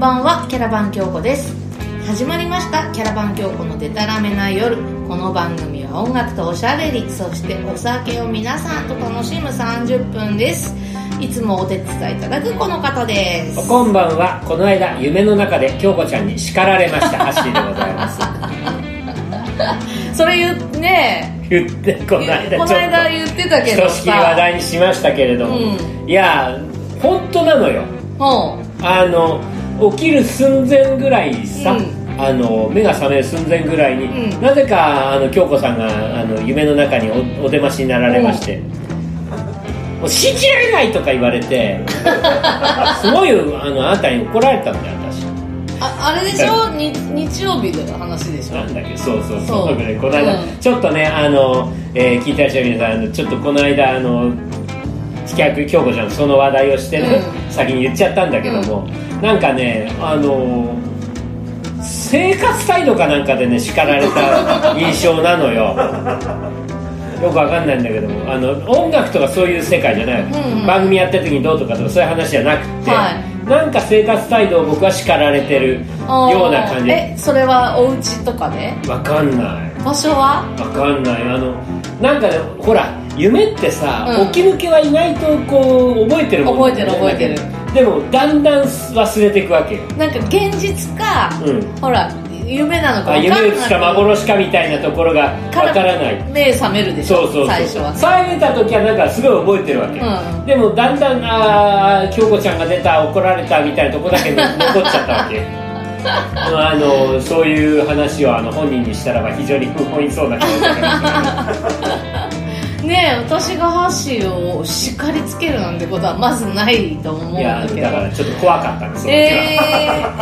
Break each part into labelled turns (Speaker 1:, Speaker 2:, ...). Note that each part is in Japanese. Speaker 1: ラバン京子です始まりましたキャラバン京子のデタラメな夜この番組は音楽とおしゃべりそしてお酒を皆さんと楽しむ30分ですいつもお手伝いいただくこの方です
Speaker 2: おこんばんはこの間夢の中で京子ちゃんに叱られ ましたハッシーでございます
Speaker 1: それ言ってね
Speaker 2: 言って
Speaker 1: こ
Speaker 2: この間ちょっ
Speaker 1: の間言ってた
Speaker 2: とひ
Speaker 1: け
Speaker 2: と
Speaker 1: ど
Speaker 2: しきり話
Speaker 1: さ
Speaker 2: 題にしましたけれども、
Speaker 1: う
Speaker 2: いや本当なのよ
Speaker 1: ほ
Speaker 2: あの起きる寸前ぐらいさ、
Speaker 1: うん
Speaker 2: あの目が覚める寸前ぐらいに、
Speaker 1: うん
Speaker 2: なぜかあの京子さんがあの夢の中におお出ましになられまして、もう信じられないとか言われ てすごいあのあなたに怒られたんだよ私
Speaker 1: うああれでしょに日曜日の話でしょ
Speaker 2: なんだっけそうそう
Speaker 1: そう
Speaker 2: そう僕ねこの間、
Speaker 1: うん
Speaker 2: ちょっとねあの、えー聞いてらっしゃる皆さんあのちょっとこの間あの付き合う京子ちゃんのその話題をしてね、
Speaker 1: う
Speaker 2: 先に言っちゃったんだけども、なんかねあの生活態度かなんかでね叱られ た印象なのよよくわかんないんだけどもあの音楽とかそういう世界じゃない、
Speaker 1: うんうん
Speaker 2: 番組やった時にどうとかとかそういう話じゃなくて、
Speaker 1: は
Speaker 2: なんか生活態度を僕は叱られてるよ
Speaker 1: あー
Speaker 2: うな感じ
Speaker 1: えそれはお家とかで
Speaker 2: わかんない
Speaker 1: 場所は
Speaker 2: わかんないあのなんかねほら夢ってさ、
Speaker 1: うん
Speaker 2: 起き抜けは意外とこう覚えてるもんなんだよね
Speaker 1: 覚えてる
Speaker 2: でもだんだん忘れていくわけよ
Speaker 1: なんか現実か、
Speaker 2: うん
Speaker 1: ほら夢なのか
Speaker 2: あ
Speaker 1: 分かんない
Speaker 2: 夢か幻かみたいなところがわからない
Speaker 1: 目覚めるでしょ
Speaker 2: そうそうそう
Speaker 1: 最初は
Speaker 2: 騒いでた時はなんかすごい覚えてるわけ、
Speaker 1: うん
Speaker 2: でもだんだんあー京子ちゃんが出た怒られたみたいなとこだけ残っちゃったわけ あのそういう話をあの本人にしたらば非常に不本意そうな顔だから
Speaker 1: ねえ私がハッシーを叱りつけるなんてことはまずないと 思うん
Speaker 2: いや
Speaker 1: だけ
Speaker 2: だか
Speaker 1: ど
Speaker 2: らちょっと怖かったんです
Speaker 1: えー、
Speaker 2: よ、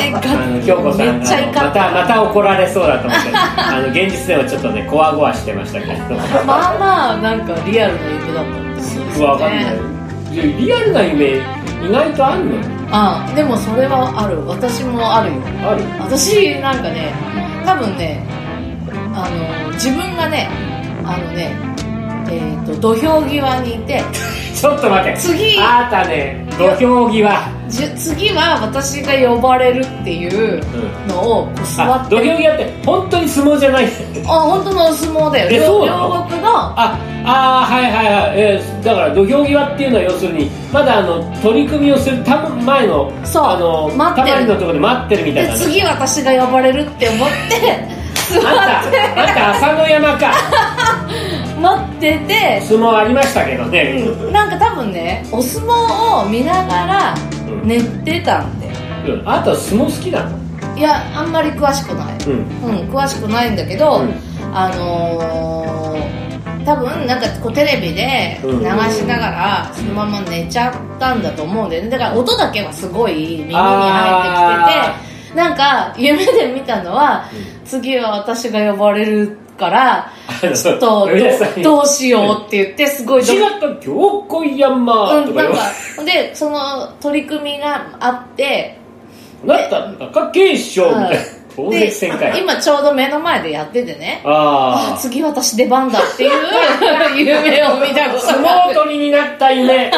Speaker 1: えが
Speaker 2: あの京子さ
Speaker 1: め
Speaker 2: ん
Speaker 1: っちゃ
Speaker 2: が
Speaker 1: 怒
Speaker 2: ま
Speaker 1: った
Speaker 2: たまた怒られそうだ と思ってあの現実ではちょっとねこわごわしてましたけど
Speaker 1: まあまあなんかリアルな夢だったんですよね
Speaker 2: わかんないいやリアルな夢意外とあんのよ
Speaker 1: あでもそれはある私もあるよ
Speaker 2: ある
Speaker 1: 私なんかね多分ねあの自分がねあのねえー、と土俵際にいて
Speaker 2: ちょっと待って
Speaker 1: 次
Speaker 2: あなたね土俵際
Speaker 1: じ次は私が呼ばれるっていうのをこう座
Speaker 2: あ
Speaker 1: っ
Speaker 2: 土
Speaker 1: て
Speaker 2: 俵際って本当に相撲じゃない
Speaker 1: あ本当のお相撲だよ
Speaker 2: え
Speaker 1: 両
Speaker 2: そうなの
Speaker 1: 両国の
Speaker 2: ああーはいはいはい、えーだから土俵際っていうのは要するにまだあの取り組みをするた前の
Speaker 1: そう
Speaker 2: あの
Speaker 1: 待ってる
Speaker 2: たまりのところで待ってるみたい
Speaker 1: で
Speaker 2: な話
Speaker 1: 次私が呼ばれるって思って座
Speaker 2: あんた、あんた朝の山か。
Speaker 1: 待ってて
Speaker 2: 相撲ありましたけどね。
Speaker 1: なんか多分ねお相撲を見ながら
Speaker 2: うん
Speaker 1: 寝てたんで
Speaker 2: うん、あんた相撲好きなの。
Speaker 1: いやあんまり詳しくない
Speaker 2: うん。
Speaker 1: うん、詳しくないんだけど、
Speaker 2: うん
Speaker 1: あのー多分なんかこうテレビで流しながらそのまま寝ちゃったんだと思うんだよねだから音だけはすごい耳に入ってきててなんか夢で見たのは、次は私が呼ばれるからちょっ と
Speaker 2: 皆さん
Speaker 1: どどうしようって言ってすごいドキ
Speaker 2: 違った京子山
Speaker 1: う
Speaker 2: と
Speaker 1: ん、
Speaker 2: か
Speaker 1: なん
Speaker 2: よ
Speaker 1: か。でその取り組みがあって
Speaker 2: なったんだ、か警視庁みたい
Speaker 1: う
Speaker 2: な。
Speaker 1: ん
Speaker 2: 大関戦
Speaker 1: で
Speaker 2: 会。
Speaker 1: 今ちょうど目の前でやっててねあ
Speaker 2: ああ。
Speaker 1: 次私出番だっていう 夢を見たことがあ
Speaker 2: 相撲
Speaker 1: る
Speaker 2: 取りになった夢。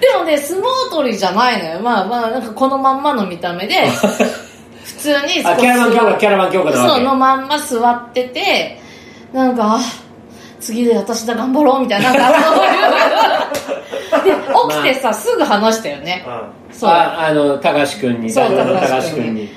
Speaker 1: でもね相撲取りじゃないのよまあまあなんかこのまんまの見た目で 普通に
Speaker 2: あ、キャラバン強化、キャラバン強化な
Speaker 1: その
Speaker 2: わ
Speaker 1: まんま座っててなんかあ次で私だ頑張ろうみたいななんか そういうで起きてさ、すぐ話したよね
Speaker 3: う
Speaker 2: け。
Speaker 1: そう
Speaker 2: あ、あの、高橋くんに、
Speaker 1: そう
Speaker 2: 高
Speaker 1: 高
Speaker 2: 橋
Speaker 1: 橋
Speaker 2: く
Speaker 1: 君
Speaker 2: ん
Speaker 1: に
Speaker 2: に。
Speaker 1: い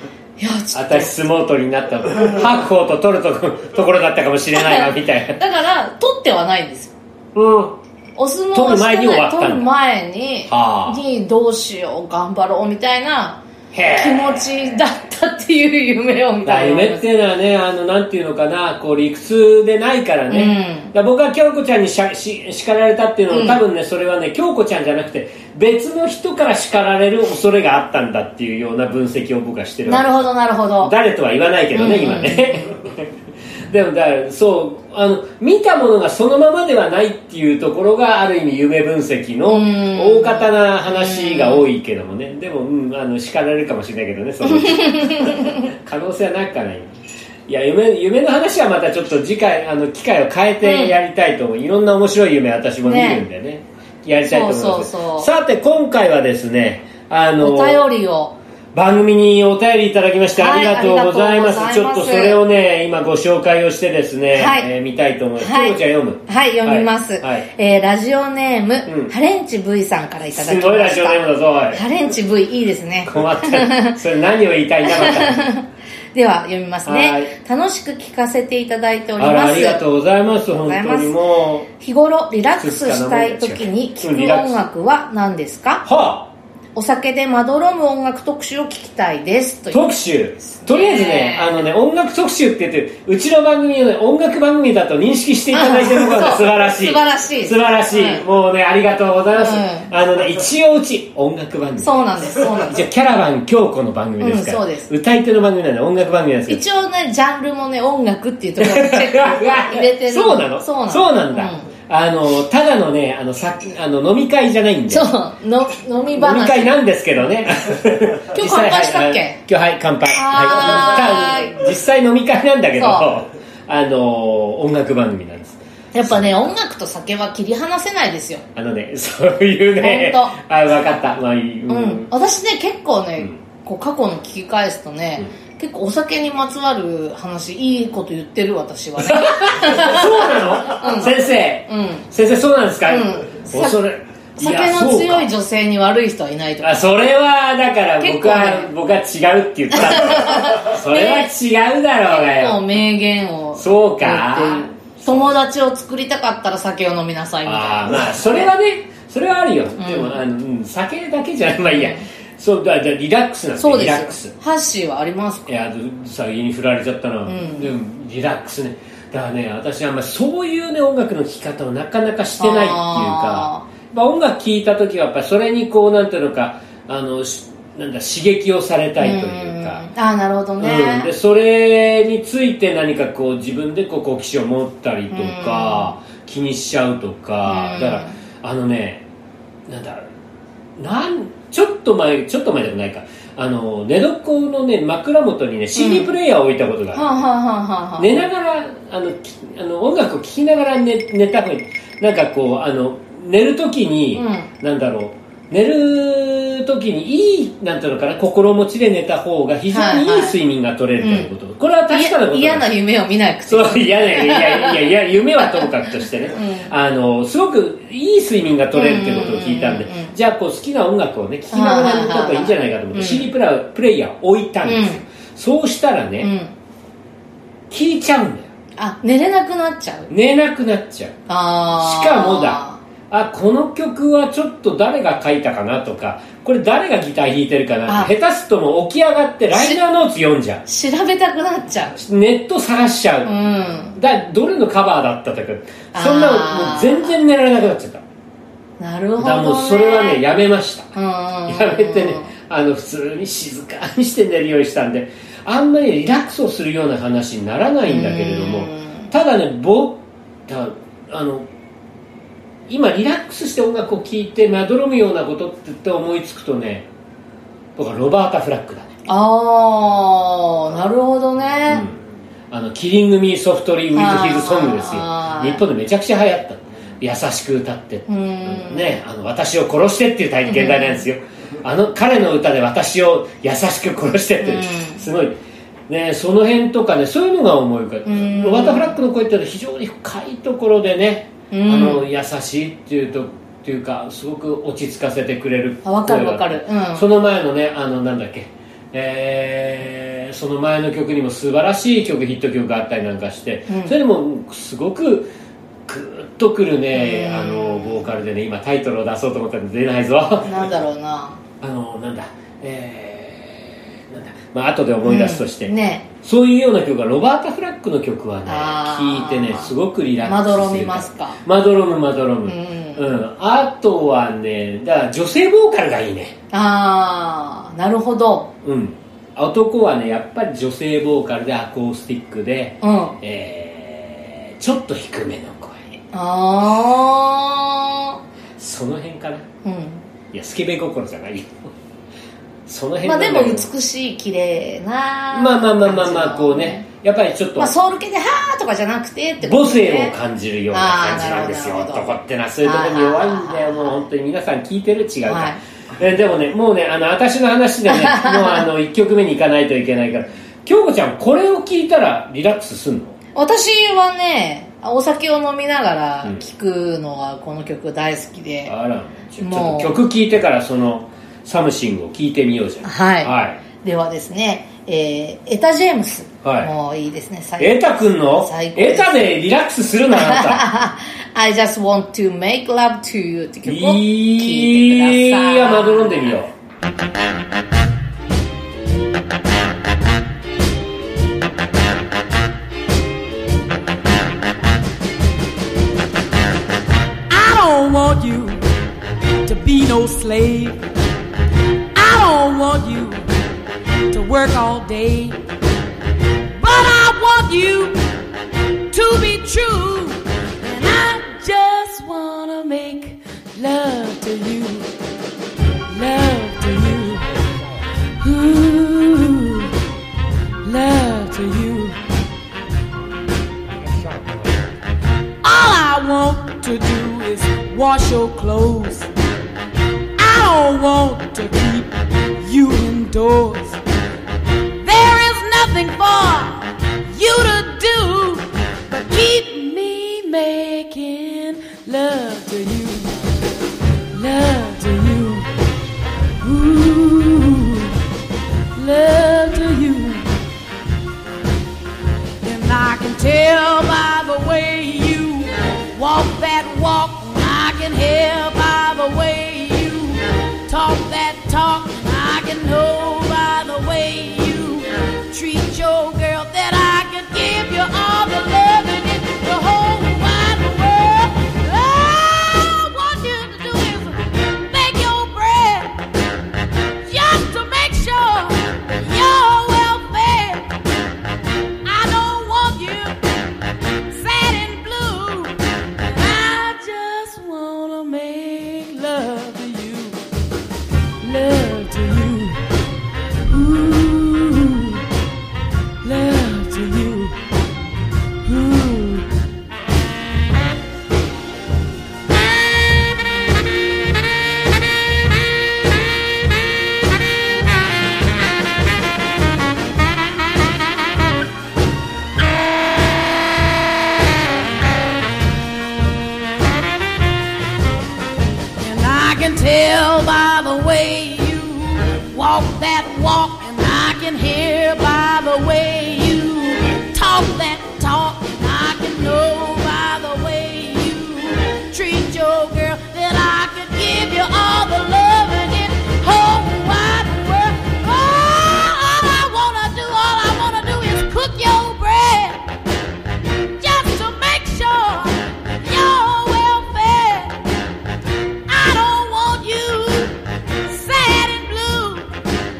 Speaker 1: やちょっと
Speaker 2: 私相撲取りに なったの。白鵬と取るとこところだったかもしれないわ、みたいな。
Speaker 1: だから取ってはないんですよ
Speaker 2: うん。
Speaker 1: お相撲をしてない
Speaker 2: 取る前に終わったんだ
Speaker 1: 取る前に
Speaker 2: はあ
Speaker 1: にどうしよう頑張ろうみたいな
Speaker 2: へ
Speaker 1: 気
Speaker 2: え。
Speaker 1: 持ちだったっていう夢を見
Speaker 2: だか
Speaker 1: た
Speaker 2: ら
Speaker 1: いな
Speaker 2: 夢っていうのはねあのなんていうのかなこう理屈でないからね、
Speaker 1: うん
Speaker 2: だから僕は京子ちゃんにしゃし叱られたっていうのは、
Speaker 1: うん
Speaker 2: 多分ねそれはね京子ちゃんじゃなくて別の人から叱られる恐れがあったんだっていうような分析を僕はしてるわ
Speaker 1: な
Speaker 2: け
Speaker 1: るほどなるほど
Speaker 2: 誰とは言わないけどね、
Speaker 1: うんうん
Speaker 2: 今ね でもだからそうあの見たものがそのままではないっていうところがある意味夢分析の
Speaker 1: うん
Speaker 2: 大方な話が多いけどもねでも、うん、あの叱られるかもしれないけどね その可能性はなくはないいや夢夢の話はまたちょっと次回あの機会を変えてやりたいと思う、いろんな面白い夢私も見るんでねやりたいと思います
Speaker 1: そうそうそう
Speaker 2: さて今回はですねあの
Speaker 1: お便りを
Speaker 2: 番組にお便りいただきましてあ
Speaker 1: はい
Speaker 2: りがとうございます,、
Speaker 1: あり
Speaker 2: ち
Speaker 1: が
Speaker 2: ょ
Speaker 1: と
Speaker 2: っ
Speaker 1: うご
Speaker 2: と
Speaker 1: ざいます
Speaker 2: それをね今ご紹介をしてですね、
Speaker 1: はい
Speaker 2: えー見たいと思います、
Speaker 1: はい
Speaker 2: 京子ちゃん読む
Speaker 1: はい、読みます。
Speaker 2: はいはい
Speaker 1: えーラジオネーム、
Speaker 2: うん
Speaker 1: ハレンチ V さんからいただき
Speaker 2: す
Speaker 1: ました。
Speaker 2: ごいラジオネームだぞおい
Speaker 1: ハレンチ V いいです ね。
Speaker 2: 困ったそれ何を言いたいんだま た
Speaker 1: では、読みます
Speaker 2: はい
Speaker 1: ね。楽しく聞かせていただいており
Speaker 2: あら
Speaker 1: ま
Speaker 2: ありが
Speaker 1: す。
Speaker 2: とうございます本
Speaker 1: ござい
Speaker 2: 当
Speaker 1: ます
Speaker 2: にもう
Speaker 1: 日頃リラックスしたい時に聴く音楽は何ですか
Speaker 2: はあ
Speaker 1: お酒でまどろむ音楽特集を聞きたいです。という
Speaker 2: 特集とりあえずねあのね音楽特集って言ってうちの番組をね音楽番組だと認識していただいてることが
Speaker 1: あ
Speaker 2: 素晴らしい
Speaker 1: 素晴らしい
Speaker 2: 素晴らしい、
Speaker 1: うん
Speaker 2: もうねありがとうございます、
Speaker 1: うん
Speaker 2: あのね一応うち音楽番組
Speaker 1: そうなんです、そうなん
Speaker 2: じ
Speaker 1: で
Speaker 2: ゃあキャラバン京子の番組ですから、
Speaker 1: うんそうです。
Speaker 2: 歌い手の番組なんで音楽番組なんですすけど
Speaker 1: 一応ね、ジャンルもね、音楽っていうところにチェック入れてる。
Speaker 2: そうなの
Speaker 1: そうなの。
Speaker 2: なんだ、
Speaker 1: うん
Speaker 2: あのただのねあのさあの飲み会じゃないんで
Speaker 1: そう、の飲み
Speaker 2: 飲み
Speaker 1: 話。
Speaker 2: 会なんですけどね
Speaker 1: 今日乾杯したっけ
Speaker 2: 実際 はいはい今日はい乾杯
Speaker 1: はーい
Speaker 2: はい実際飲み会なんだけど
Speaker 1: そ
Speaker 2: あの音楽番組なんです
Speaker 1: やっぱね、音楽と酒は切り離せないですよ。
Speaker 2: あのね そういうね
Speaker 1: ほん
Speaker 2: あ分かったまあいい、
Speaker 1: うん。私ね、結構ね、
Speaker 2: うん
Speaker 1: こう過去の聞き返すとね、結構お酒にまつわる話、いいこと言ってる私 はね。
Speaker 2: そうなの、先生、
Speaker 1: うん。
Speaker 2: 先生そうなんですか、
Speaker 1: うんさ
Speaker 2: 恐れいや
Speaker 1: 酒の強い
Speaker 2: そう
Speaker 1: 女性に悪い人はいないと
Speaker 2: か
Speaker 1: か。
Speaker 2: あそれはだから
Speaker 1: 結
Speaker 2: 僕
Speaker 1: 構
Speaker 2: は、
Speaker 1: ね
Speaker 2: 僕は違うって言っ たんだそれは違うだろうが
Speaker 1: もう
Speaker 2: よ
Speaker 1: 名言を。
Speaker 2: そうか
Speaker 1: 言ってる友達を作りたかったら酒を飲みなさいみたいな。
Speaker 2: ああまあそれはねそれはあるよ、でもあの、うん、酒だけじゃ ないまあいいや、そうだじゃあリラックスなんです
Speaker 1: そう
Speaker 2: リラッ
Speaker 1: で
Speaker 2: ク
Speaker 1: す
Speaker 2: ス
Speaker 1: よ。ハッシーはありますか
Speaker 2: いや先に振られちゃったな、
Speaker 1: ん
Speaker 2: でもリラックスねだからね私あんまりそういうね音楽の聴き方をなかなかしてないっていうか
Speaker 1: あ
Speaker 2: まあ、音楽聴いた時はやっぱそれにこうなんていうのかあのしなんだ刺激をされたいというか、
Speaker 1: んああ、なるほど
Speaker 2: うん、で
Speaker 1: ね。
Speaker 2: それについて何かこう自分でこう好奇心を持ったりとか、気にしちゃうとか、
Speaker 1: うん
Speaker 2: だからあのねなんだなんちょっと前ちょっと前でもないかあの寝床のね枕元にね CD プレイヤーを置いたことがある、
Speaker 1: はあ、はあはあはあはあ、
Speaker 2: 寝ながらあのきあの音楽を聴きながら寝寝た方がいいなんかこうあの寝る時に、
Speaker 1: う
Speaker 2: なんだろう寝る時にいいなんていうのかな心持ちで寝た方が非常にい
Speaker 1: はい
Speaker 2: い
Speaker 1: はい
Speaker 2: 睡眠が取れるということ、これは確かなこと
Speaker 1: 嫌な夢を見なくて。
Speaker 2: そう嫌ないやいやいやいや夢はともかくとしてね、
Speaker 1: う
Speaker 2: あのすごくいい睡眠が取れるってことを聞いたんで、
Speaker 1: うんうんうんうん
Speaker 2: じゃあこう好きな音楽をね聴きながら寝た方がいいんじゃないかと思って
Speaker 1: うん
Speaker 2: CD プラプレイヤー置いたんですよ、そうしたら
Speaker 1: う
Speaker 2: ね、
Speaker 1: ん。
Speaker 2: 聞いちゃうんだよ
Speaker 1: あ、寝れなくなっちゃう。
Speaker 2: 寝なくなっちゃう
Speaker 1: ああ。
Speaker 2: しかもだ。あこの曲はちょっと誰が書いたかなとかこれ誰がギター弾いてるか
Speaker 1: あ
Speaker 2: な下手すともう起き上がってライナーノーツ読んじゃ
Speaker 1: 調べたくなっちゃう。
Speaker 2: うネット探しちゃ
Speaker 1: う
Speaker 2: う、
Speaker 1: ん。
Speaker 2: だどれのカバーだったとかそんな
Speaker 1: あー
Speaker 2: もう全然寝られなくなっちゃった
Speaker 1: なるほ
Speaker 2: だか
Speaker 1: ど、
Speaker 2: ら
Speaker 1: ね。
Speaker 2: もうそれはねやめました
Speaker 1: うんうんうん。
Speaker 2: やめてねあの普通に静かにして寝るようにしたんであんまりリラックスをするような話にならないんだけれども
Speaker 1: うん
Speaker 2: ただねぼだあの今リラックスして音楽を聴いてまどろむようなことって思いつくとね僕はロバータ・フラックだね、
Speaker 1: ああ、なるほど
Speaker 2: う
Speaker 1: ね。
Speaker 2: ん、あのキリング・ミー・ソフトリー・ウィズ・ヒズ・ソングですよ
Speaker 1: あー
Speaker 2: 日本でめちゃくちゃ流行った優しく歌って
Speaker 1: うん。
Speaker 2: ね、あの私を殺してっていう体験題なんですよ、あの彼の歌で私を優しく殺してって、
Speaker 1: うん
Speaker 2: すごい、ね、その辺とかねそういうのが思い浮かぶ、
Speaker 1: うん
Speaker 2: ロバータ・フラックの声っていうのは非常に深いところでね、
Speaker 1: うん
Speaker 2: あの優しいっていうとっていうかすごく落ち着かせてくれる
Speaker 1: あわかるわかる
Speaker 2: 声が
Speaker 1: うん
Speaker 2: その前のねあのなんだっけえーその前の曲にも素晴らしい曲ヒット曲があったりなんかして、
Speaker 1: うん
Speaker 2: それでもすごくグーッとくるね
Speaker 1: うん
Speaker 2: あのボーカルでね今タイトルを出そうと思ったんで出ないぞあ
Speaker 1: なんだろうな。
Speaker 2: のなんだえーなんだまあ後で思い出すとして、
Speaker 1: うんね。
Speaker 2: そういうような曲がロバータ・フラックの曲はね
Speaker 1: あ
Speaker 2: 聴
Speaker 1: ー
Speaker 2: いてねすごくリラックス
Speaker 1: ます
Speaker 2: る
Speaker 1: どろみますか
Speaker 2: まどろむまどろむ
Speaker 1: うん
Speaker 2: うん、あとはねだから女性ボーカルがいいね
Speaker 1: ああ、なるほど。
Speaker 2: うん男はねやっぱり女性ボーカルでアコースティックで、
Speaker 1: うん。あ
Speaker 2: えーちょっと低めの声
Speaker 1: あ
Speaker 2: その辺かな
Speaker 1: ー。うん。
Speaker 2: いや、スケベ心じゃないよ。その辺
Speaker 1: まあでも
Speaker 2: なんだけど
Speaker 1: 美しい綺麗な
Speaker 2: まあまあまあまあまあ、こうね、やっぱりちょっと
Speaker 1: まあ、、ソウル系ではーとかじゃなくてってこ
Speaker 2: 母
Speaker 1: とです
Speaker 2: 性
Speaker 1: ね
Speaker 2: を感じるような感じなんですよ。
Speaker 1: あーなるほど
Speaker 2: 男ってのはそういうところに弱いんだ
Speaker 1: はいはいは
Speaker 2: よ。
Speaker 1: い
Speaker 2: もう本当に皆さん聞いてる違うか
Speaker 1: はい
Speaker 2: ら。えでもねもうねあの私の 話でねもうあの1曲目に行かないといけないから京子ちゃんこれを聞いたらリラックスすんの
Speaker 1: 私はねお酒を飲みながら聴くのはこの曲大好きで、
Speaker 2: あらちょちょ
Speaker 1: も
Speaker 2: っ
Speaker 1: う
Speaker 2: と曲聞いてからそのサムシングを聞いてみようじゃん
Speaker 1: はい
Speaker 2: はい、
Speaker 1: ではですね、えーエタ・ジェームス、
Speaker 2: はい
Speaker 1: もういいですね最
Speaker 2: エタ君の
Speaker 1: 最高
Speaker 2: エ
Speaker 1: です
Speaker 2: タでリラックスするなあなた
Speaker 1: I just want to make love to you って曲を聴い
Speaker 2: い
Speaker 1: てください
Speaker 2: やまどろんでみよう
Speaker 3: I don't want you to be no slave. I don't want you to work all day. But I want you to be true. And I just wanna make love to you. Love to you. Ooh, love to you. All I want to do is wash your clothes. I don't want to keep you indoors. There is nothing for you to do but keep me making love to you. Love to you. Ooh, love to you. And I can tell by the way you walk that walk. I can hear by the way you talk that talk. I can know by the way you treat your girl that I can give you all the love and it's the whole wide world. All I want you to do is make your bread just to make sure you're well fed. I don't want you sad and blue. I just wanna make love to you, love to you, ooh, love to you, ooh. And I can tell by the way you walk that walk. And I can hear by the way you talk that talk. And I can know by the way you treat your girl that I could give you all the love and it whole wide world. Oh, all I wanna do, all I wanna do is cook your bread. Just to make sure you're well fed. I don't want you sad and blue.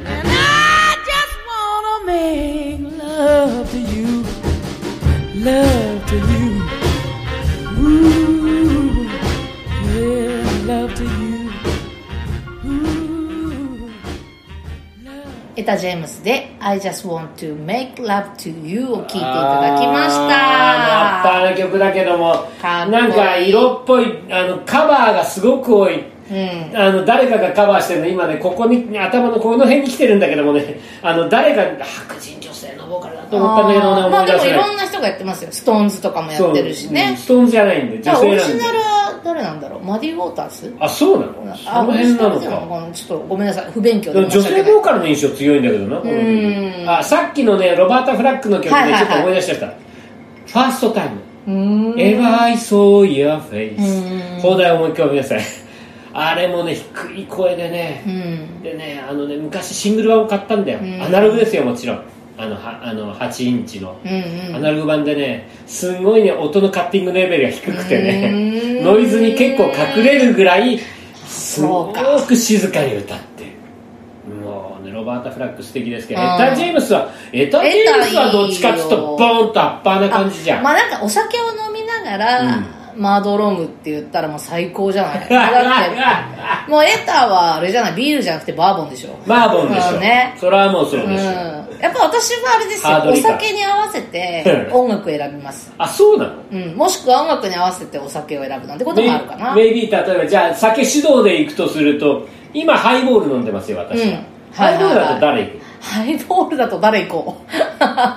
Speaker 3: And I just wanna make love to you. Love to you. Ooh, yeah, love to you. Ooh, love.
Speaker 1: エタ・ジェームスで I just want to make love to you を聴いていただきました
Speaker 2: あーラッパーの曲だけども
Speaker 1: かっこいい
Speaker 2: なんか色っぽいあのカバーがすごく多い
Speaker 1: うん
Speaker 2: あの誰かがカバーしてるの今ねここに頭のこの辺に来てるんだけどもねあの誰か白人女性のボーカルだと思ったんだけ
Speaker 1: あ
Speaker 2: どね
Speaker 1: ーま
Speaker 2: 思
Speaker 1: あ
Speaker 2: い
Speaker 1: で
Speaker 2: 出
Speaker 1: も
Speaker 2: せ
Speaker 1: い
Speaker 2: ない
Speaker 1: ろんな人がやってますよストーンズとかもや
Speaker 2: そう
Speaker 1: ってるし
Speaker 2: うん
Speaker 1: ね
Speaker 2: ストーンズじゃないんで
Speaker 1: じゃ
Speaker 2: 女
Speaker 1: あオリ
Speaker 2: 性なん
Speaker 1: ジ
Speaker 2: で
Speaker 1: ナルは誰なんだろうマディ・ウォータース
Speaker 2: あそうなのその辺なの
Speaker 1: オリジナルじゃ
Speaker 2: か
Speaker 1: んちょっとごめんなさい不勉強で
Speaker 2: 女
Speaker 1: 申し
Speaker 2: 性
Speaker 1: 訳ない
Speaker 2: ボーカルの印象強いんだけどなこの曲
Speaker 1: うん
Speaker 2: あさっきのねロバータ・フラックの曲
Speaker 1: は
Speaker 2: で
Speaker 1: いはい
Speaker 2: ち
Speaker 1: はい
Speaker 2: ょっと思い出しちゃった、ファーストタイム
Speaker 1: うーん
Speaker 2: Ever I saw your face
Speaker 1: うん
Speaker 2: 放題をもう一回ごめんなさいあれもね低い声でね、
Speaker 1: うん
Speaker 2: でねあのね昔シングル版を買ったんだよ、
Speaker 1: ん
Speaker 2: アナログですよもちろんあのはあの8インチの、
Speaker 1: うんうん
Speaker 2: アナログ版でねすごいね音のカッティングレベルが低くてね
Speaker 1: うん
Speaker 2: ノイズに結構隠れるぐらいすご
Speaker 1: そう
Speaker 2: く静かに歌ってるもうねロバータ・フラック素敵ですけど、
Speaker 1: うん
Speaker 2: エタ・ジェームスはエタ・ジェームスはどっちかっつうとボーンとアッパーな感じじゃん
Speaker 1: まあなんかお酒を飲みながら、マードロムって言ったらもう最高じゃ ないだってもうエタはあれじゃないビールじゃなくてバーボンでしょ
Speaker 2: バーボンでし
Speaker 1: そ
Speaker 2: ょ、
Speaker 1: うね
Speaker 2: それはもうそう
Speaker 1: うん
Speaker 2: でしょ、
Speaker 1: やっぱ私はあれです
Speaker 2: ハード
Speaker 1: よお
Speaker 2: リカー
Speaker 1: 酒に合わせて
Speaker 2: うん
Speaker 1: 音楽選びます、
Speaker 2: あそうなの
Speaker 1: うん、もしくは音楽に合わせてお酒を選ぶなんてこともあるかな
Speaker 2: メイメイビー例えばじゃあ酒指導で行くとすると今ハイボール飲んでますよ私は、
Speaker 1: うん
Speaker 2: ハイボールだと
Speaker 1: はい
Speaker 2: 誰行く、
Speaker 1: ハイボールだと誰行こ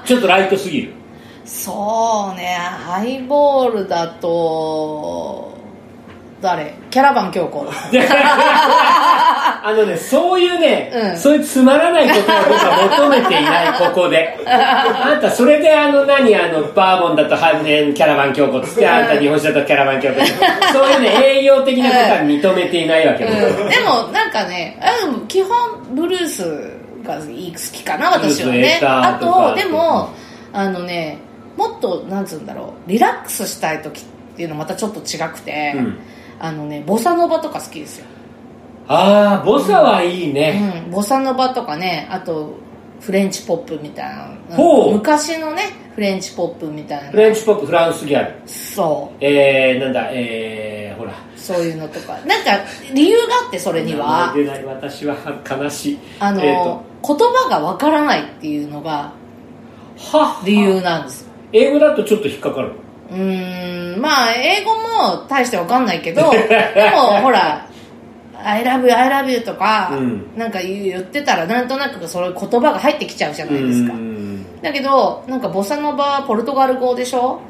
Speaker 1: う
Speaker 2: ちょっとライトすぎる
Speaker 1: そうねハイボールだと誰キャラバン京 子
Speaker 2: あのねそういうね、
Speaker 1: うん
Speaker 2: そういうつまらないことを僕は求めていないこ こであんたそれであの何あのバーボンだとハンキャラバン強子っつってあんた日本酒だとキャラバン強子っつってそう いうね栄養的なことは認めていないわけ、
Speaker 1: う
Speaker 2: 僕
Speaker 1: ん
Speaker 2: は
Speaker 1: でもなんかねあでも基本ブルースがいい好きかな私は
Speaker 2: ブルースエ
Speaker 1: ね
Speaker 2: ーター
Speaker 1: あ
Speaker 2: とか
Speaker 1: とでもあのねもっとなんつうんだろうリラックスしたい時っていうのまたちょっと違くて、
Speaker 2: うん
Speaker 1: あのねボサノバとか好きですよ、
Speaker 2: ああボサはいいうね、
Speaker 1: ん、ボサノバとかねあとフレンチポップみたいな
Speaker 2: ほう
Speaker 1: 昔のねフレンチポップみたい
Speaker 2: フレ
Speaker 1: な
Speaker 2: ンチポップフランスギャル
Speaker 1: そう
Speaker 2: えー、なんだえー、ほら
Speaker 1: そういうのとかなんか理由があってそれには
Speaker 2: 名前出ない私は悲しい
Speaker 1: あの、
Speaker 2: えーと
Speaker 1: 言葉がわからないっていうのが
Speaker 2: は
Speaker 1: 理由なんです
Speaker 2: 英語だとちょっと引っかかる
Speaker 1: うーんまあ英語も大してわかんないけ どでもほら「I love you I love you」とか、
Speaker 2: うん
Speaker 1: なんか言ってたらなんとなくそれ言葉が入ってきちゃうじゃないですか
Speaker 2: うん
Speaker 1: だけどなんかボサノバはポルトガル語でしょ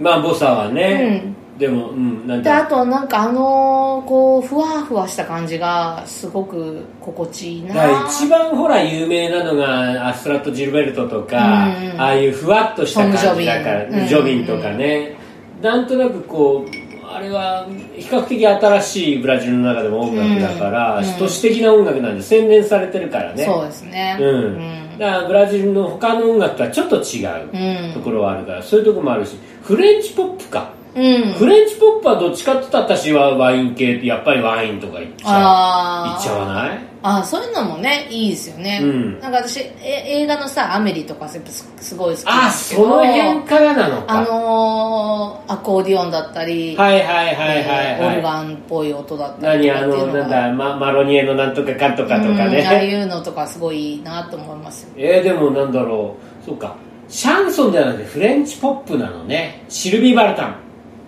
Speaker 2: まあボサはね、でもうんなん
Speaker 1: であ
Speaker 2: だ
Speaker 1: とはなんかあのこうふわふわした感じがすごく心地いい
Speaker 2: だ
Speaker 1: な
Speaker 2: から一番ほら有名なのがアストラとジルベルトとか、
Speaker 1: うんうん
Speaker 2: ああいうふわっとした感じだから
Speaker 1: トムジョビンうん
Speaker 2: ジョビンとかね、なんとなくこうあれは比較的新しいブラジルの中でも音楽だから、
Speaker 1: うん
Speaker 2: 都市的な音楽なんで洗練されてるからね
Speaker 1: そうですね
Speaker 2: うんだからブラジルの他の音楽とはちょっと違
Speaker 1: う
Speaker 2: うと
Speaker 1: ん
Speaker 2: ころはあるから、そういうところもあるしフレンチポップか、
Speaker 1: うん
Speaker 2: フレンチポップはどっちかって言ったら私はワイン系やっぱりワインとかいっちゃう
Speaker 1: あ
Speaker 2: い
Speaker 1: あ
Speaker 2: っちゃわない
Speaker 1: ああそういうのもねいいですよね、
Speaker 2: うん
Speaker 1: なんか私え映画のさ「アメリ」とかやっぱすすごい好きなん
Speaker 2: あ
Speaker 1: ですけ
Speaker 2: そ
Speaker 1: ど
Speaker 2: の辺からなのか
Speaker 1: あのー、アコーディオンだったり、
Speaker 2: はいはいはいはい
Speaker 1: えーオル
Speaker 2: はい
Speaker 1: ガンっぽい音だったり
Speaker 2: 何
Speaker 1: とかっていう
Speaker 2: あの
Speaker 1: の
Speaker 2: なん
Speaker 1: が
Speaker 2: だ、ま、マロニエのなんとかかんとかとか
Speaker 1: うんああ
Speaker 2: ね、
Speaker 1: いうのとかすごいいいなと思いますよ
Speaker 2: えー、でもなんだろうそうかシャンソンではなくてフレンチポップなのねシルビー・バルタン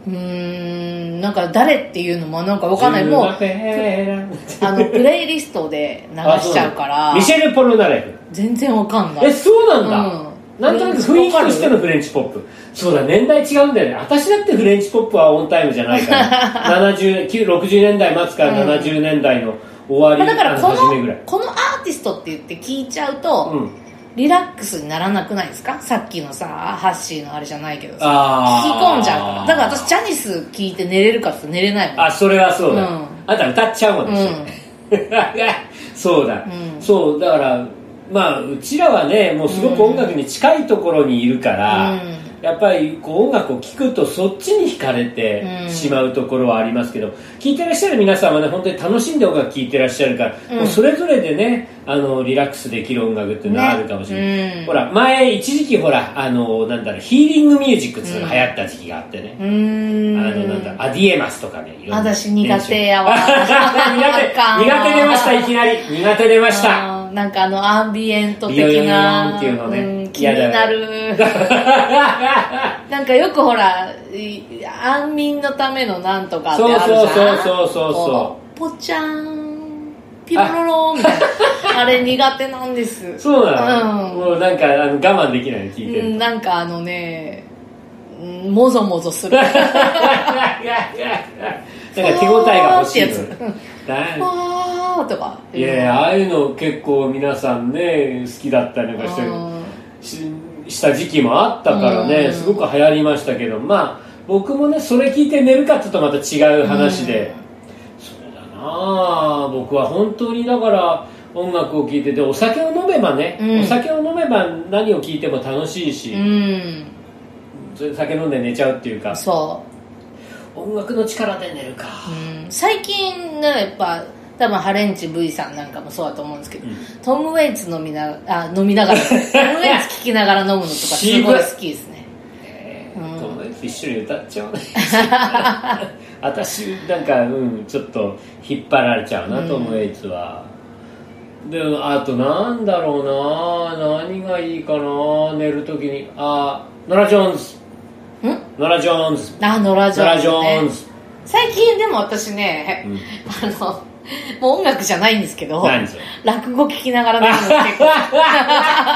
Speaker 1: うーんなんか誰っていうのもなんかわかんないもう
Speaker 2: ジルバペラ
Speaker 1: あのプレイリストで流
Speaker 2: あ
Speaker 1: しちゃうから
Speaker 2: ミシェル・ポルナレフ
Speaker 1: 全然わかんない
Speaker 2: えそうなんだ、
Speaker 1: うん
Speaker 2: なんとなく雰囲気としてのフレンチポップそうだ年代違うんだよね私だってフレンチポップはオンタイムじゃないから 70 60年代末から70年代の終
Speaker 1: ま
Speaker 2: わ
Speaker 1: あ
Speaker 2: り、
Speaker 1: だからこ
Speaker 2: あの初めぐら
Speaker 1: の
Speaker 2: い
Speaker 1: このアーティストって言って聞いちゃうと、
Speaker 2: うん
Speaker 1: リラックスにならなくないですかさっきのさハッシーのあれじゃないけどさ聞き
Speaker 2: あー
Speaker 1: 込んじゃうからだから私ジャニス聞いて寝れるかって言うと寝れないもん
Speaker 2: あそれはそうだ、
Speaker 1: うん
Speaker 2: あんた歌っちゃうもんね、 そうだ、
Speaker 1: うん
Speaker 2: そうだからまあうちらはねもうすごく音楽に近いところにいるから、
Speaker 1: うん
Speaker 2: やっぱりこう音楽を聴くとそっちに惹か
Speaker 1: う
Speaker 2: れて
Speaker 1: ん
Speaker 2: しまうところはありますけど聴いてらっしゃる皆さんはね本当に楽しんで音楽聴いてらっしゃるから、
Speaker 1: うん
Speaker 2: もうそれぞれでねあのリラックスできる音楽っていうのはあるかもしれない、
Speaker 1: ねうん
Speaker 2: ほら前一時期ほらあのなんだろうヒーリングミュージックっていうのが流行った時期があってね、
Speaker 1: うーん
Speaker 2: あのなんだアディエマスとかねいろんな
Speaker 1: 私苦手やわ
Speaker 2: 苦手苦手出ましたいきなり苦手出ました
Speaker 1: あーなんかあのアンビエント的
Speaker 2: ビヨヨヨヨン
Speaker 1: な
Speaker 2: っていうのね
Speaker 1: ん気になる なんかよくほらい安眠のためのなんとかってあるじゃん
Speaker 2: そうそうそうそうそうそう
Speaker 1: こうポチャーンピロロロンみたいな あれ苦手なんです
Speaker 2: そうなの、
Speaker 1: うん
Speaker 2: もうなんかあの我慢できないの聞いて
Speaker 1: う
Speaker 2: る、
Speaker 1: ん、なんかあのねうんもぞもぞする
Speaker 2: なんか手応えが欲しい
Speaker 1: そうってや
Speaker 2: のだ
Speaker 1: わーとか
Speaker 2: いやいやああいうの結構皆さんね好きだったりなんかしてる
Speaker 1: うん
Speaker 2: しした時期もあったからね、
Speaker 1: うん
Speaker 2: すごく流行りましたけどまあ僕もねそれ聞いて寝るかっていうとまた違う話で、そうだなあ僕は本当にだから音楽を聴いててお酒を飲めばね、
Speaker 1: うん
Speaker 2: お酒を飲めば何を聴いても楽しいし、
Speaker 1: うん
Speaker 2: それ酒飲んで寝ちゃうっていうか
Speaker 1: そ
Speaker 2: 音楽の力で寝るか、
Speaker 1: う、うん、最近ねやっぱ多分ハレンチ V さんなんかもそうだと思うんですけど、トム・ウェイツ飲みなあ飲みな がらトム・ウェイツ聞きながら飲むのとかすごい好きですね
Speaker 2: え
Speaker 1: う
Speaker 2: ー
Speaker 1: ん
Speaker 2: 友達と一緒に歌っちゃうね 私なんか、うん、ちょっと引っ張られちゃうな、
Speaker 1: うん
Speaker 2: トム・エイツはでもあとなんだろうな何がいいかな寝るときにあノラ・ジョーンズ
Speaker 1: ん
Speaker 2: ノラ・ジョーンズ
Speaker 1: あノラ・ジ
Speaker 2: ノ
Speaker 1: ョーン
Speaker 2: ラ・
Speaker 1: ズ,、
Speaker 2: ジョーンズ
Speaker 1: 最近でも私ね、
Speaker 2: うん
Speaker 1: あのもう音楽じゃないんですけど
Speaker 2: 何それ
Speaker 1: 落語聞きながら寝るの結構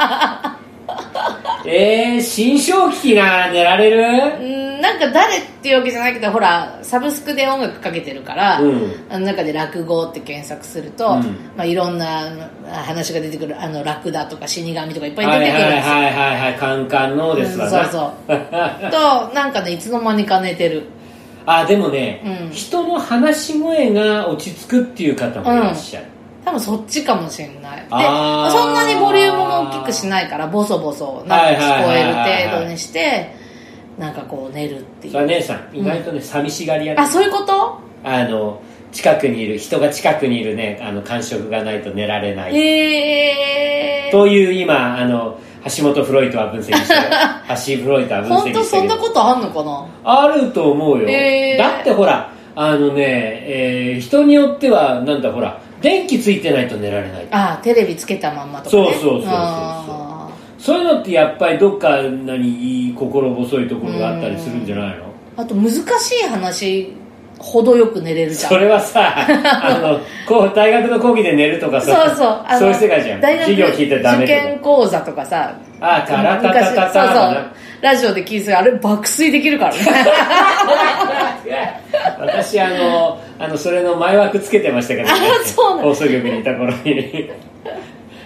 Speaker 2: えー、新章聞きながら寝られ
Speaker 1: う
Speaker 2: る
Speaker 1: んなんか誰っていうわけじゃないけどほらサブスクで音楽かけてるから、
Speaker 2: うん
Speaker 1: あの中で落語って検索すると、
Speaker 2: うん
Speaker 1: まあ、いろんなあの話が出てくるあのラクダとか死神とかいっぱ
Speaker 2: はいい
Speaker 1: 出
Speaker 2: はい
Speaker 1: てくるんですよ、
Speaker 2: はいはいはいカンカンのですわな、
Speaker 1: うんそう となんかねいつの間にか寝てる
Speaker 2: あでもね、
Speaker 1: うん
Speaker 2: 人の話し声が落ち着くっていう方もいらっしゃる、
Speaker 1: 多分そっちかもしれないで
Speaker 2: あー
Speaker 1: そんなにボリュームも大きくしないからボソボソなんか聞こえる程度にしてなんかこう寝るってい
Speaker 2: それは
Speaker 1: う
Speaker 2: 姉さん意外とね、寂しがり屋で
Speaker 1: あそういうこと
Speaker 2: あの近くにいる人が近くにいるねあの感触がないと寝られない
Speaker 1: ええー、
Speaker 2: という今あの橋本フロイトは分析し てる橋フロイトは分析し
Speaker 1: 本
Speaker 2: てる
Speaker 1: 当そんなことあんのかな
Speaker 2: あると思うよ、
Speaker 1: えー
Speaker 2: だってほらあのね、えー人によってはなんだほら電気ついてないと寝られない
Speaker 1: あテレビつけたまんまとか、ね、
Speaker 2: そうそうそうそうそう
Speaker 1: あ
Speaker 2: そういうのってやっぱりどっか何心細いところがあったりするんじゃないの
Speaker 1: ーあと難しい話ほどよく寝れるじゃん
Speaker 2: それ はさあのこう大学の講義で寝るとか
Speaker 1: そう
Speaker 2: さ
Speaker 1: そうあの
Speaker 2: そういう世界じゃん
Speaker 1: 大学
Speaker 2: 授業聞いてダメ
Speaker 1: 受
Speaker 2: とか
Speaker 1: 験講座とかさ
Speaker 2: あタラタタ
Speaker 1: 昔
Speaker 2: タ
Speaker 1: そ
Speaker 2: タ
Speaker 1: うそ
Speaker 2: だ
Speaker 1: うラジオで聞いてたあれ爆睡できるからね
Speaker 2: な私あのあのそれの前枠つけてましたけど、ね
Speaker 1: あ、そうなの
Speaker 2: 放送局にいた頃に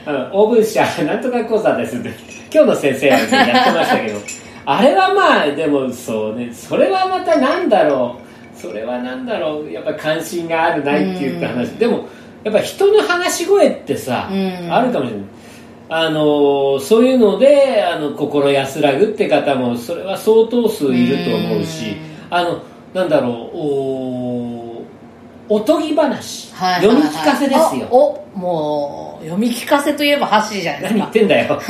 Speaker 2: あのオーブン社なんとか講座ですって今日の先生やってやってました けどあれはまあでもそうねそれはまたなんだろうそれはなんだろうやっぱ関心があるないって言った話でもやっぱ人の話し声ってさ
Speaker 1: うん
Speaker 2: あるかもしれないあのそういうのであの心安らぐって方もそれは相当数いると思うし
Speaker 1: うん
Speaker 2: あのなんだろうおおとぎ話、
Speaker 1: はい
Speaker 2: 読み聞かせですよ
Speaker 1: おおもう読み聞かせといえば箸じゃないです
Speaker 2: 何言
Speaker 1: か
Speaker 2: ってんだよ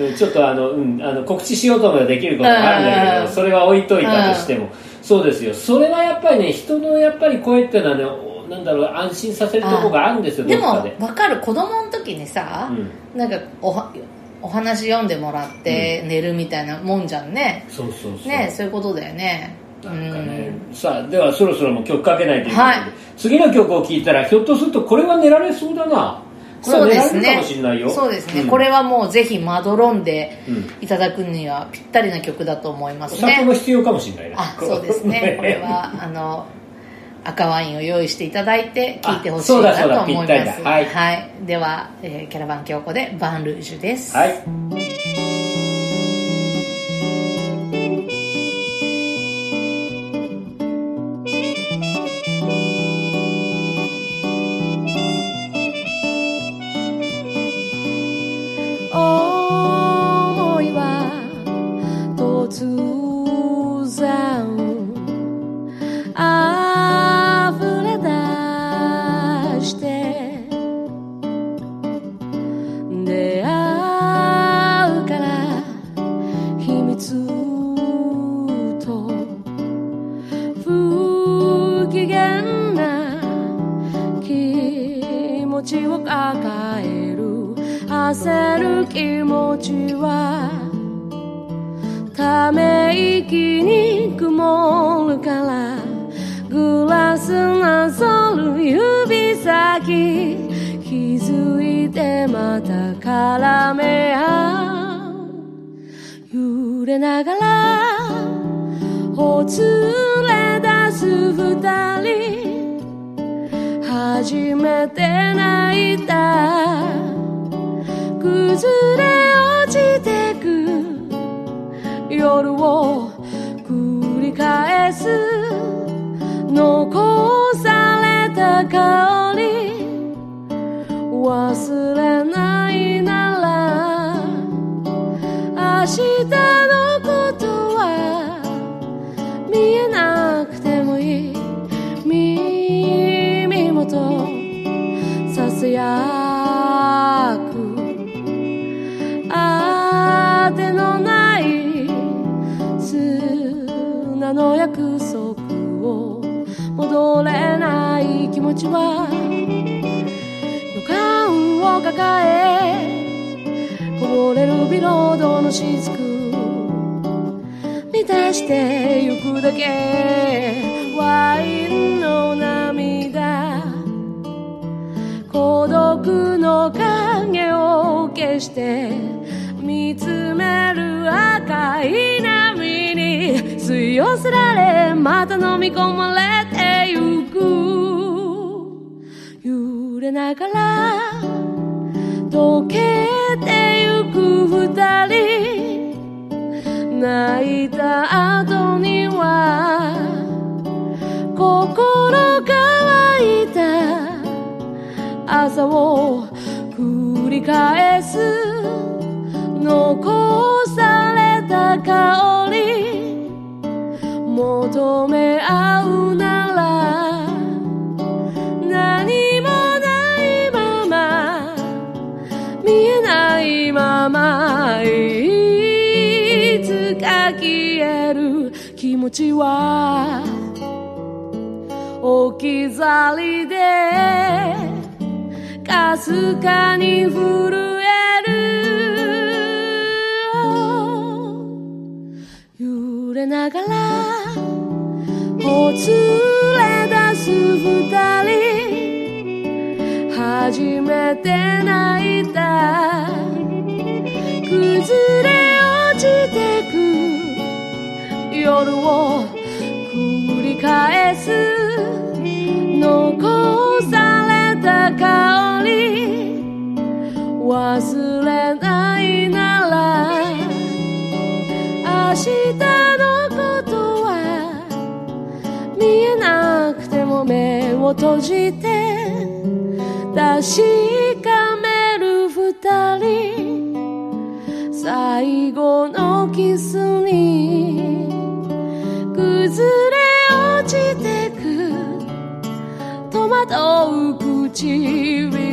Speaker 2: うんちょっとあの、うん、あの告知しようと思えばできることがあるんだけ
Speaker 1: うん
Speaker 2: どそれは置いといたとしてもそうですよそれはやっぱりね人のやっぱり声っていうのはねおなんだろう安心させるとこがあるんですよ
Speaker 1: で
Speaker 2: どっ
Speaker 1: も
Speaker 2: かで
Speaker 1: 分かる子供の時にさ、
Speaker 2: うん
Speaker 1: なんかおはお話読んでもらって寝るみたいなもんじゃんね、
Speaker 2: そうそうそう
Speaker 1: ねそういうことだよね
Speaker 2: なんかね
Speaker 1: うん、
Speaker 2: さあではそろそろもう曲かけないといけない、
Speaker 1: はい
Speaker 2: 次の曲を聴いたらひょっとするとこれは寝られそうだなこれ
Speaker 1: そ
Speaker 2: は
Speaker 1: う
Speaker 2: 寝
Speaker 1: で
Speaker 2: ら
Speaker 1: す
Speaker 2: れるか
Speaker 1: ね
Speaker 2: もしれないよ
Speaker 1: そうですね、
Speaker 2: ん
Speaker 1: これはもうぜひまどろんで
Speaker 2: うん
Speaker 1: いただくにはぴったりな曲だと思いま
Speaker 2: お
Speaker 1: す
Speaker 2: 酒
Speaker 1: ね、
Speaker 2: も必要かもしれないな
Speaker 1: あそうです ねこれはあの赤ワインを用意していただいて聞いてほしい
Speaker 2: あそうだそう
Speaker 1: な
Speaker 2: だ
Speaker 1: と思い
Speaker 2: ぴっ
Speaker 1: ま
Speaker 2: た
Speaker 1: す
Speaker 2: りだはい
Speaker 1: では、えーキャラバン京子でバンルージュです、
Speaker 2: はい
Speaker 4: 思いは突然溢れ出して出会うから秘密と不機嫌な気持ちを抱える焦る気持ちはため息に曇るからグラスなぞる指先気づいてまた絡め合う揺れながらほつれ出す二人初めて泣いた崩れ落ちてく夜を繰り返す残された香り忘れないなら明日のことは見えなくてもいい耳元ささやくあてのない砂の約束を戻れない気持ちは予感を抱えこぼれるビロードの雫満たしてゆくだけワインの涙僕の影を消して見つめる赤い波に吸い寄せられまた飲み込まれてゆく揺れながら溶けてゆく二人泣いた後には心乾いた朝を繰り返す残された香り求め合うなら何もないまま見えないままいつか消える気持ちは置き去りでかすかに震える揺れながらもつれ出す二人初めて泣いた崩れ落ちてく夜を繰り返す残された香り忘れないなら明日のことは見えなくても目を閉じて確かめる二人最後のキスに崩れ落ちてく戸惑う唇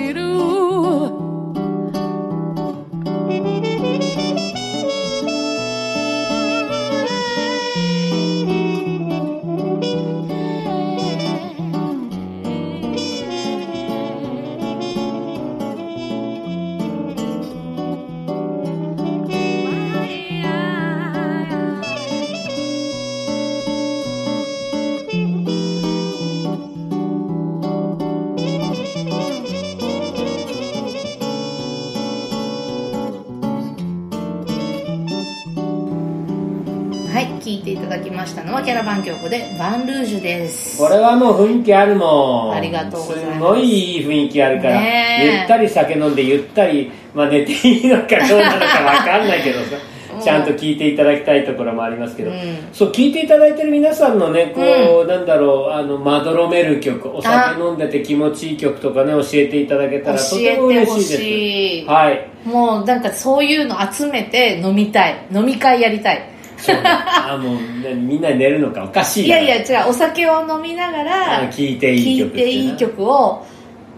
Speaker 1: はい聴いていただきましたのはキャラバン曲で「バンルージュ」です
Speaker 2: これはもう雰囲気あるもん
Speaker 1: ありがとうございます
Speaker 2: すごいいい雰囲気あるから、
Speaker 1: ねえ
Speaker 2: ゆったり酒飲んでゆったり、まあ、寝ていいのかどうなのか分かんない けどさちゃんと聞いていただきたいところもありますけど、
Speaker 1: うん
Speaker 2: そう聞いていただいてる皆さんのねこう、なんだろうあのまどろめる曲お酒飲んでて気持ちいい曲とかね教えていただけたらと
Speaker 1: 教
Speaker 2: て
Speaker 1: え
Speaker 2: も
Speaker 1: て
Speaker 2: 嬉
Speaker 1: ほ
Speaker 2: しいです
Speaker 1: しい
Speaker 2: はい
Speaker 1: もうなんかそういうの集めて飲みたい飲み会やりたい
Speaker 2: そうねあもうねみんな寝るのかおかしい
Speaker 1: い
Speaker 2: な
Speaker 1: やいや違うお酒を飲みなが
Speaker 2: あ
Speaker 1: ら聴
Speaker 2: 聞いていい
Speaker 1: い
Speaker 2: 曲っ
Speaker 1: て
Speaker 2: ていう
Speaker 1: い
Speaker 2: ない
Speaker 1: 曲を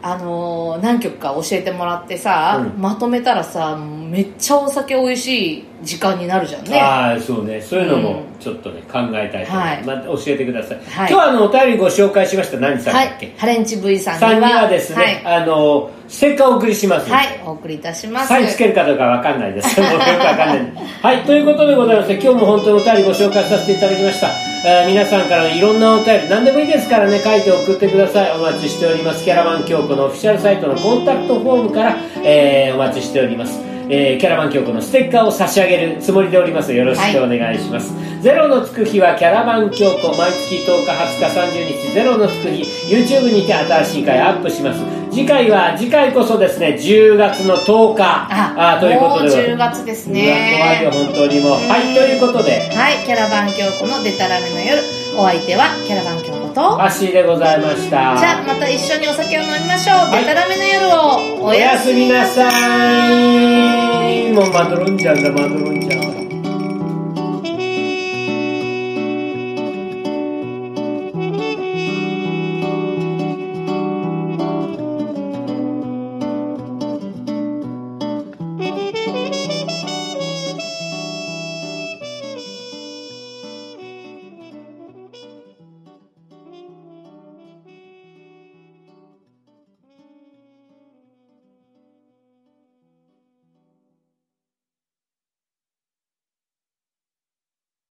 Speaker 1: あのー何曲か教えてもらってさ、
Speaker 2: うん
Speaker 1: まとめたらさめっちゃお酒美味しい時間になるじゃんね
Speaker 2: ああそうねそういうのも
Speaker 1: う
Speaker 2: ちょっとね、考えたいと思います、まあ、教えてください、
Speaker 1: はい
Speaker 2: 今日はあのお便りご紹介しました何さん
Speaker 1: は
Speaker 2: だっけ、
Speaker 1: いハレンチ V さんには
Speaker 2: さんにはですね、あのステッカーをお送りしますので
Speaker 1: はい、はい、お送りいたします
Speaker 2: サインつけるかどうかわかんないです。 もうよくわかんない。はい、ということでございまして、今日も本当にお便りご紹介させていただきました。えー皆さんからのいろんなお便り、何でもいいですからね、書いて送ってください。お待ちしております。キャラバン京子のオフィシャルサイトのコンタクトフォームから、えーお待ちしております。えーキャラバン京子のステッカーを差し上げるつもりでおります。よろしくお願いします。ゼロのつく日はキャラバン京子、毎月10日、20日、30日、ゼロのつく日、YouTube にて新しい回アップします。次回は、次回こそですね、10月の10日、
Speaker 1: あ
Speaker 2: あということで
Speaker 1: もう10月ですね
Speaker 2: うわ怖いよ本当にもうはいということで
Speaker 1: はいキャラバン京子のデタラメの夜お相手はキャラバン京子と
Speaker 2: アッシーでございました
Speaker 1: じゃあまた一緒にお酒を飲みましょう、
Speaker 2: はい
Speaker 1: デタラメの夜を
Speaker 2: おやすみなさいもうまどろんじゃんだまどろんじゃん